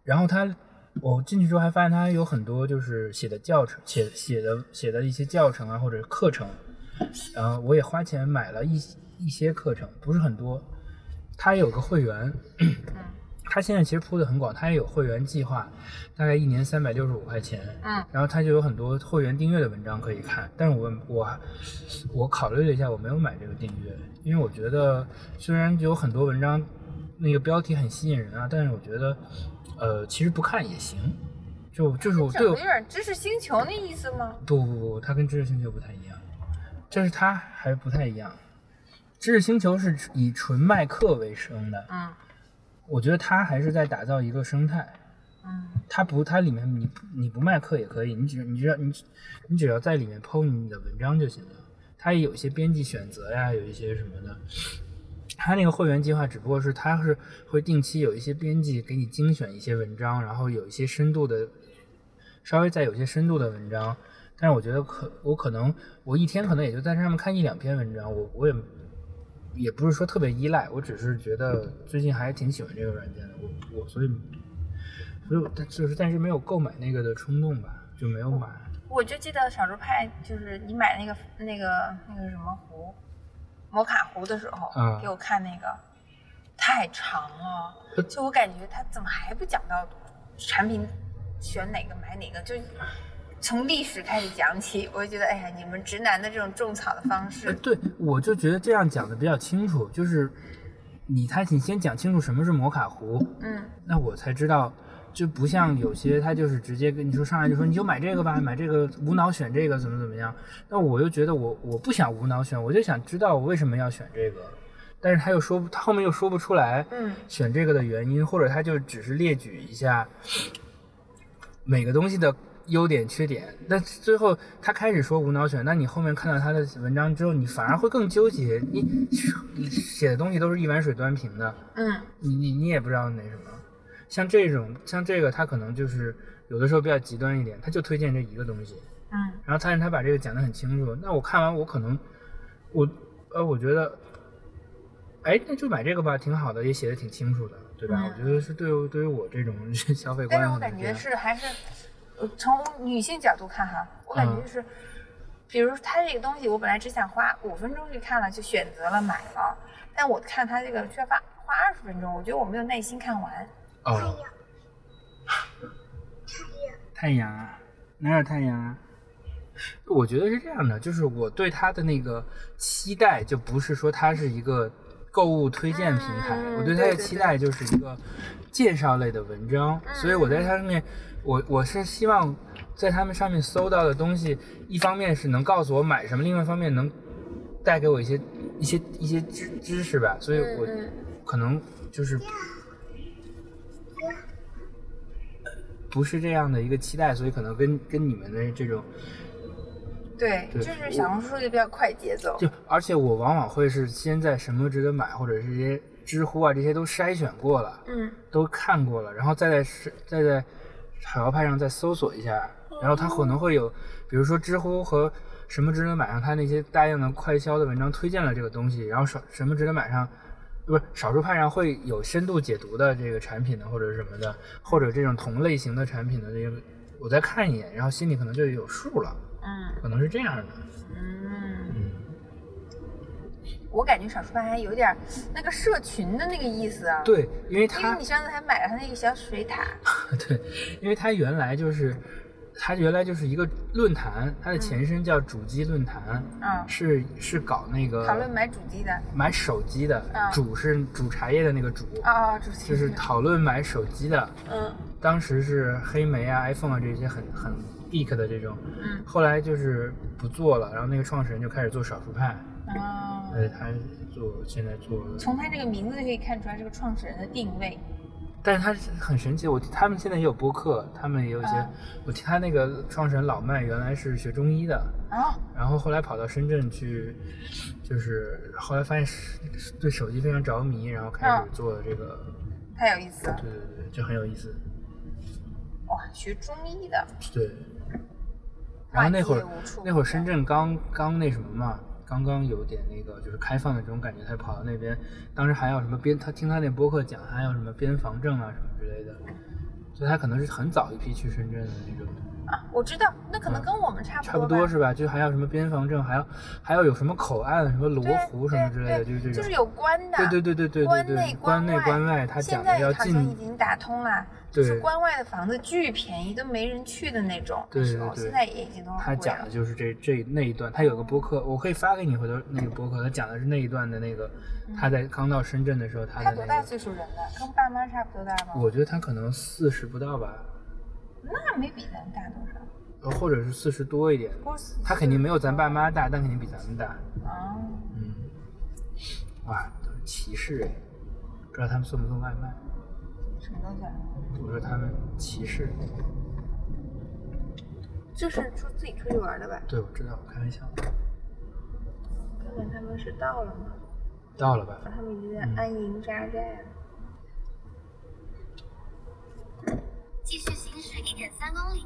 然后他，我进去之后还发现他有很多就是写的教程，写写的写的一些教程啊或者课程，然后我也花钱买了一一些课程，不是很多。他有个会员， 嗯他现在其实铺的很广，他也有会员计划，大概一年三百六十五块钱。嗯然后他就有很多会员订阅的文章可以看，但是我我我考虑了一下，我没有买这个订阅，因为我觉得虽然有很多文章那个标题很吸引人啊，但是我觉得呃其实不看也行，就就是我对整我的有点知识星球那意思吗？不不不，它跟知识星球不太一样，就是它还不太一样，知识星球是以纯卖课为生的，嗯我觉得它还是在打造一个生态。嗯它不，它里面你不你不卖课也可以，你只你只要你只你只要在里面 PO 你的文章就行了。它也有一些编辑选择呀，有一些什么的。它那个会员计划只不过是它是会定期有一些编辑给你精选一些文章，然后有一些深度的，稍微再有些深度的文章。但是我觉得可我可能我一天可能也就在上面看一两篇文章，我我也也不是说特别依赖，我只是觉得最近还挺喜欢这个软件的，我我所以所以我但就是但是没有购买那个的冲动吧，就没有买。我就记得少数派就是你买那个那个那个什么壶，摩卡壶的时候，嗯给我看那个太长了，呃就我感觉他怎么还不讲到产品选哪个买哪个，就从历史开始讲起，我就觉得哎呀，你们直男的这种种草的方呃，式，对，我就觉得这样讲的比较清楚，就是你他你先讲清楚什么是摩卡壶，嗯那我才知道，就不像有些他就是直接跟你说上来就说你就买这个吧，买这个无脑选这个怎么怎么样。那我又觉得我我不想无脑选，我就想知道我为什么要选这个，但是他又说不他后面又说不出来，嗯选这个的原因，或者他就只是列举一下每个东西的优点、缺点。但最后他开始说无脑选，那你后面看到他的文章之后，你反而会更纠结。你你写的东西都是一碗水端平的，嗯你你你也不知道那什么。像这种像这个，他可能就是有的时候比较极端一点，他就推荐这一个东西。嗯然后他他把这个讲得很清楚，那我看完我可能我呃我觉得，哎，那就买这个吧，挺好的，也写的挺清楚的，对吧？嗯我觉得是对于对于我这种 消费但观，是我感觉，是还是，呃从女性角度看哈，我感觉嗯就是，比如它这个东西，我本来只想花五分钟去看了，就选择了买了，但我看它这个却花花二十分钟，我觉得我没有耐心看完。哦，太阳啊，哪有太阳啊？我觉得是这样的，就是我对它的那个期待，就不是说它是一个购物推荐平台，嗯我对它的对对期待就是一个介绍类的文章，所以我在它上面，我我是希望在他们上面搜到的东西，一方面是能告诉我买什么，另外一方面能带给我一些一些一些知知识吧，所以我嗯可能就是不是这样的一个期待，所以可能跟跟你们的这种对，对就是小红书就比较快节奏。就，而且我往往会是先在什么值得买，或者是一些知乎啊这些都筛选过了，嗯都看过了，然后再在是再在海淘派上再搜索一下，然后它可能会有，比如说知乎和什么值得买上，它那些大量的快销的文章推荐了这个东西，然后少什么值得买上，不是少数派上会有深度解读的这个产品的或者是什么的，或者这种同类型的产品的这个，我再看一眼，然后心里可能就有数了，嗯可能是这样的，嗯，嗯。我感觉少数派还有点儿那个社群的那个意思啊。，对，因为因为它你上次还买了他那个小水塔。对，因为它原来就是，它原来就是一个论坛，它的前身叫主机论坛，嗯，是是搞那个讨论买主机的。买手机的，嗯主是煮茶叶的那个主，啊，主机。就是讨论买手机的。嗯。当时是黑莓啊、iPhone 啊这些很很 Geek 的这种，嗯后来就是不做了，然后那个创始人就开始做少数派，啊，呃，他做现在做，从他这个名字就可以看出来这个创始人的定位。但是他是很神奇，我他们现在也有播客，他们也有一些，啊我听他那个创始人老麦原来是学中医的，啊，然后后来跑到深圳去，就是后来发现是对手机非常着迷，然后开啊始做这个，太有意思了！对对对，就很有意思，哇，学中医的，对。然后那会儿跨界无处不在那会儿深圳刚刚那什么嘛，刚刚有点那个就是开放的这种感觉，才跑到那边。当时还有什么边他听他那播客讲，还有什么边防证啊什么之类的，所以他可能是很早一批去深圳的那种，啊，我知道，那可能嗯跟我们差不差不多吧，多是吧？就还有什么边防证，还有还有有什么口岸、什么罗对湖什么之类的，就对是这对，就种。是有关的，对对对对对对关对内，关内外关外，他讲现的在要好像已进，经打通了，就是对关外的房子巨便宜，都没人去的那种。对那时候对对现在也已经都很他贵讲了的就是这这那一段，他有个播客，我可以发给你回头那个播客，他讲的是那一段的那个，他在刚到深圳的时候，他嗯他的多那大个，岁数人了？跟爸妈差不多大吗？我觉得他可能四十不到吧，那没比咱大多少，呃或者是四十多一点，不是他肯定没有咱爸妈大，但肯定比咱们大，啊。嗯，哇，都是歧视哎，不知道他们送不送外卖，什么东西啊？我说他们歧视，就是出自己出去玩的吧？对我知道，我开玩笑，看看他们是到了吗？到了吧，他们已经在嗯安营扎寨了。继续行驶一点三公里。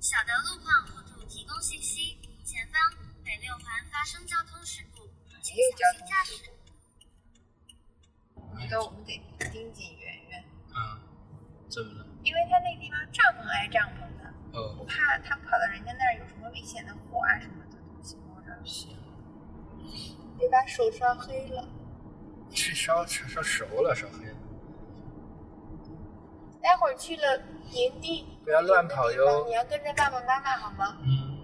小的路况互助提供信息：前方北六环发生交通事故，请小心驾驶。回头我们得盯紧圆圆，啊，怎么了？因为他那地方帐篷挨帐篷的，我哦，怕他跑到人家那儿有什么危险的火啊什么的东西摸着，行。别把手烧黑了。是烧烧烧熟了，烧黑了。待会儿去了营地，不要乱跑哟那地方你要跟着爸爸妈妈好吗？嗯，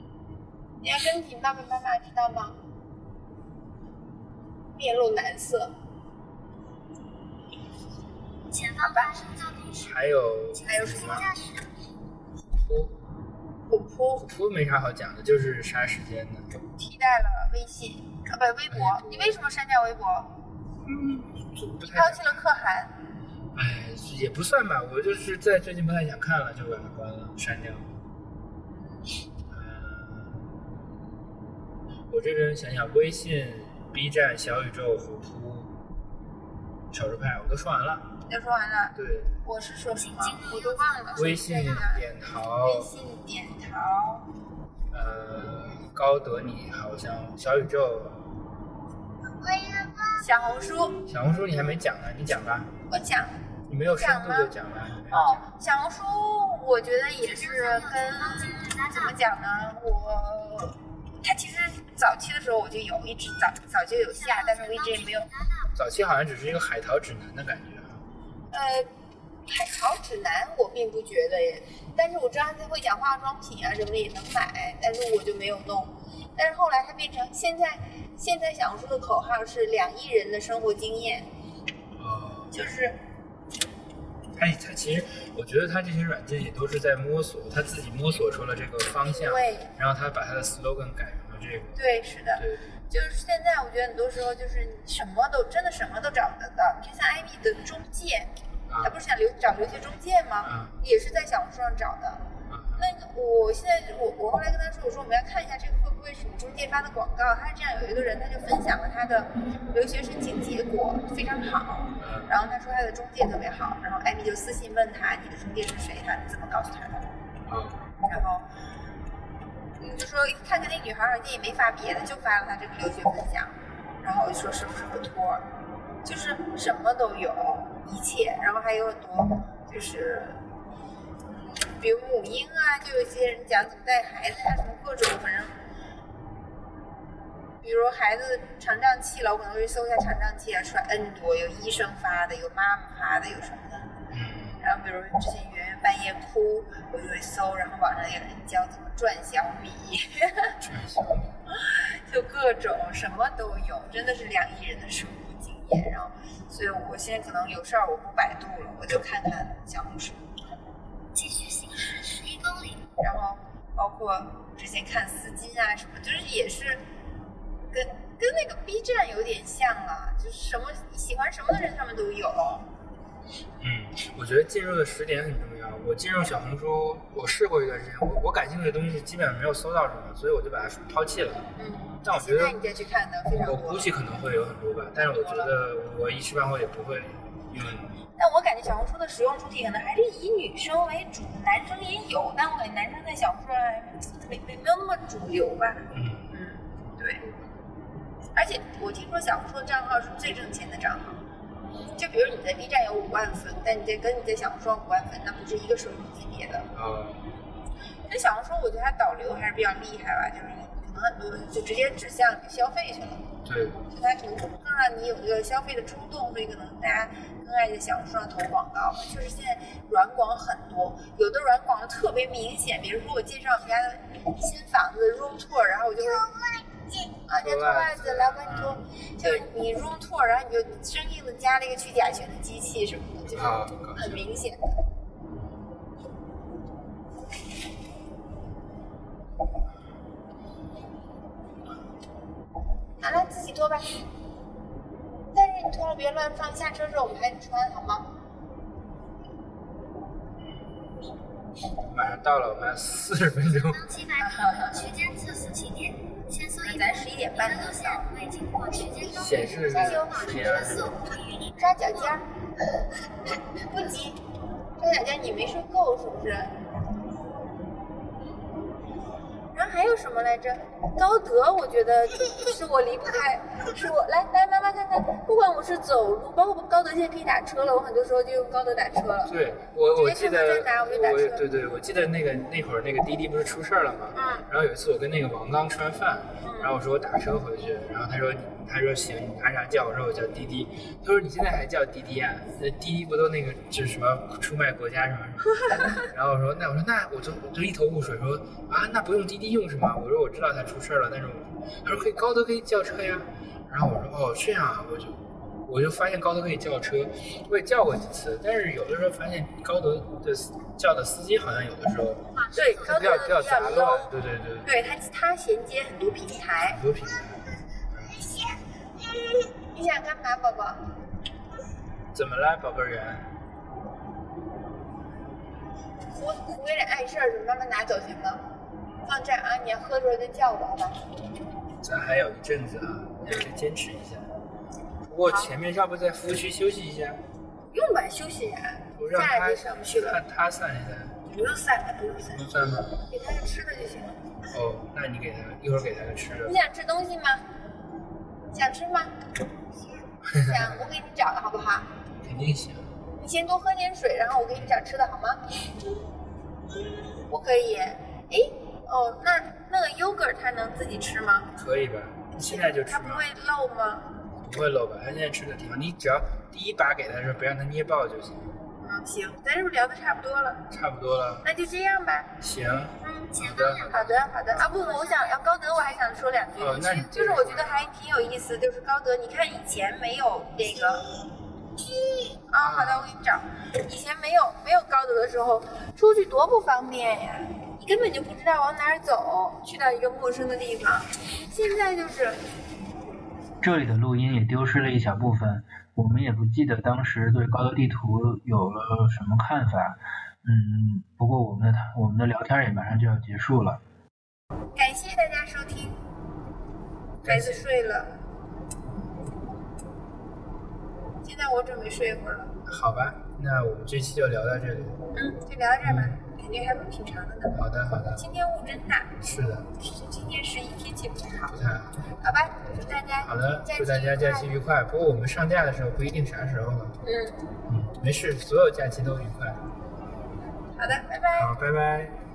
你要跟紧爸爸妈妈，知道吗？面露难色。前方发生交通事还有故，还有请小什么心驾驶。噗虎扑噗噗没啥好讲的，就是杀时间的。替代了微信，啊不，微博。你为什么删掉微博？就不你太抛想弃了可汗。哎，也不算吧，我就是在最近不太想看了，就把它关了，删掉了。嗯，我这个人想想，微信、B 站、小宇宙、虎扑、少数派我都说完了。都说完了，对，我是说什么？我都忘了。微信点淘，微信点淘，呃，高德你好像小宇宙、小红书，小红书你还没讲呢，你讲吧。我讲你没有深度就讲吧。你没有哦小讲，红书我觉得也是跟怎么讲呢？我它其实早期的时候我就有，一直早早就有下，但是我一直也没有。早期好像只是一个海淘指南的感觉啊。呃，海淘指南我并不觉得耶，但是我知道它会讲化妆品啊什么的也能买，但是我就没有弄。但是后来它变成现在，现在小红书的口号是两亿人的生活经验，哦，就是它哎它其实，我觉得它这些软件也都是在摸索，它自己摸索出了这个方向，对然后它把它的 slogan 改成了这个。对，是的，对，就是现在我觉得很多时候就是你什么都真的什么都找得到。你看像艾米的中介，啊她不是想留找留学中介吗？啊也是在小红书上找的。啊！那我现在我我后来跟他说，我说我们要看一下这个会不会是我们中介发的广告。他是这样，有一个人他就分享了他的留学申请结果非常好，啊然后他说他的中介特别好，然后艾米就私信问他你的中介是谁，他怎么告诉他的，啊然后嗯就说看看那女孩儿，人家也没发别的，就发了他这个留学分享，然后我就说是不是个托儿，就是什么都有，一切，然后还有很多就是比如母婴啊，就有些人讲怎么带孩子啊，什么各种，反正，比如孩子肠胀气了，我可能会搜一下肠胀气啊，出来 N 多，有医生发的，有妈妈发的，有什么的，嗯然后比如之前圆圆半夜哭，我就会搜，然后网上有人教怎么转小米， 就各种什么都有，真的是两亿人的生活经验。然后，所以我现在可能有事儿我不百度了，我就看看小红书。继续行驶十一公里，然后包括之前看丝巾啊什么，就是也是跟跟那个 B 站有点像了，就是什么喜欢什么的人他们都有。嗯，我觉得进入的时点很重要。我进入小红书，我试过一段时间，我我感兴趣的东西基本上没有搜到什么，所以我就把它抛弃了。嗯，但我觉现得在你再去看的非常我多。估计可能会有很多吧，但是我觉得我一时半会也不会用。但我感觉小红书的使用主体可能还是以女生为主，男生也有，但我感觉男生在小红书上还没没没有那么主流吧。嗯，嗯，对。而且我听说小红书的账号是最挣钱的账号，就比如你在 B 站有五万粉，但你在跟你在小红书上五万粉，那不是一个水平级别的。啊，那小红书我觉得它导流还是比较厉害吧，就是可能很多就直接指向你消费去了。对，就它可能更让你有一个消费的冲动，所以可能大家更爱在小红书上投广告。确实现在软广很多，有的软广就特别明显，比如说我介绍我们家的新房子 room tour，然后我就会。啊，人家脱脱袜袜子子，老板脱，就是你 room tour，然后你就生硬的加了一个去甲醛的机器什么的，就是啊搞很笑明显。拿来自己脱吧。但是你脱了别乱放，下车之后我们还得穿好吗？马上到了，我们还有四十分钟。当七百米区间测速起点，限速一咱11:30一个路线未经过区间终显点，示加的油保持车速与您抓脚尖儿， 不急。抓脚尖儿，你没说够是不是？然后还有什么来着？高德，我觉得是我离不开，是我来来妈妈看看，不管我是走路，包括高德现在可以打车了，我很多时候就用高德打车了。对，我我直记接得看到站哪我就打车对对，我记得那个那会儿那个滴滴不是出事儿了吗？嗯然后有一次我跟那个王刚吃完饭，嗯然后我说我打车回去，然后他说你他说行，你拿啥叫？我说我叫滴滴。他说你现在还叫滴滴啊？那滴滴不都那个就是什么出卖国家什么什么？ 然后我说那我说那我就我就一头雾水说啊那不用滴滴用什么？我说我知道他出事儿了，但是我他说可以高德可以叫车呀。然后我说哦这样啊，我就我就发现高德可以叫车，我也叫过几次，但是有的时候发现高德的司叫的司机好像有的时候对，高比较德比较杂乱 low，，对对对，对它它衔接很多平台很。多品牌。你想干嘛，宝宝？怎么了，宝贝儿圆？胡胡有点碍事儿，慢慢拿走行吗？放这儿啊，你要喝的时候再叫我，好吧？咱还有一阵子啊，还是坚持一下。不过前面要不在服务区休息一下，用吧，休息一下，我让再他也上不去了。让他散一散，不用散，不用散，能散吗？给他点吃的就行了。哦，那你给他一会儿给他个吃的你。想吃东西吗？想吃吗？想，我给你找好不好？肯定行。你先多喝点水，然后我给你找吃的好吗？我可以。哎，哦，那那个 yogurt 它能自己吃吗？可以吧？现在就吃它不吗？会漏吗？不会漏吧？他现在吃的挺好，你只要第一把给他的时候不让他捏爆就行。嗯，行，咱是不是聊的差不多了？差不多了，那就这样吧。行。嗯。前方两好的，好的啊不，我想要高德，我还想说两句，哦那你接就着是说我觉得还挺有意思，就是高德，你看以前没有那个，啊，好的，我给你找，以前没有没有高德的时候，出去多不方便呀，你根本就不知道往哪儿走，去到一个陌生的地方，现在就是这里的录音也丢失了一小部分，我们也不记得当时对高德地图有了什么看法。嗯，不过我们的我们的聊天也马上就要结束了。感谢大家收听，孩子睡了，现在我准备睡一会儿了。好吧，那我们这期就聊到这里。嗯，就聊到这儿吧，感觉还不挺长的呢。好的，好的，今天雾真大，是的，今天十一天气不太好不，太好。好吧，祝大家好的，假期祝大家假期愉愉快。不过我们上架的时候不一定啥时候了。快。嗯，嗯，没事，所有假期都愉快。好的，拜拜。好，拜拜。嗯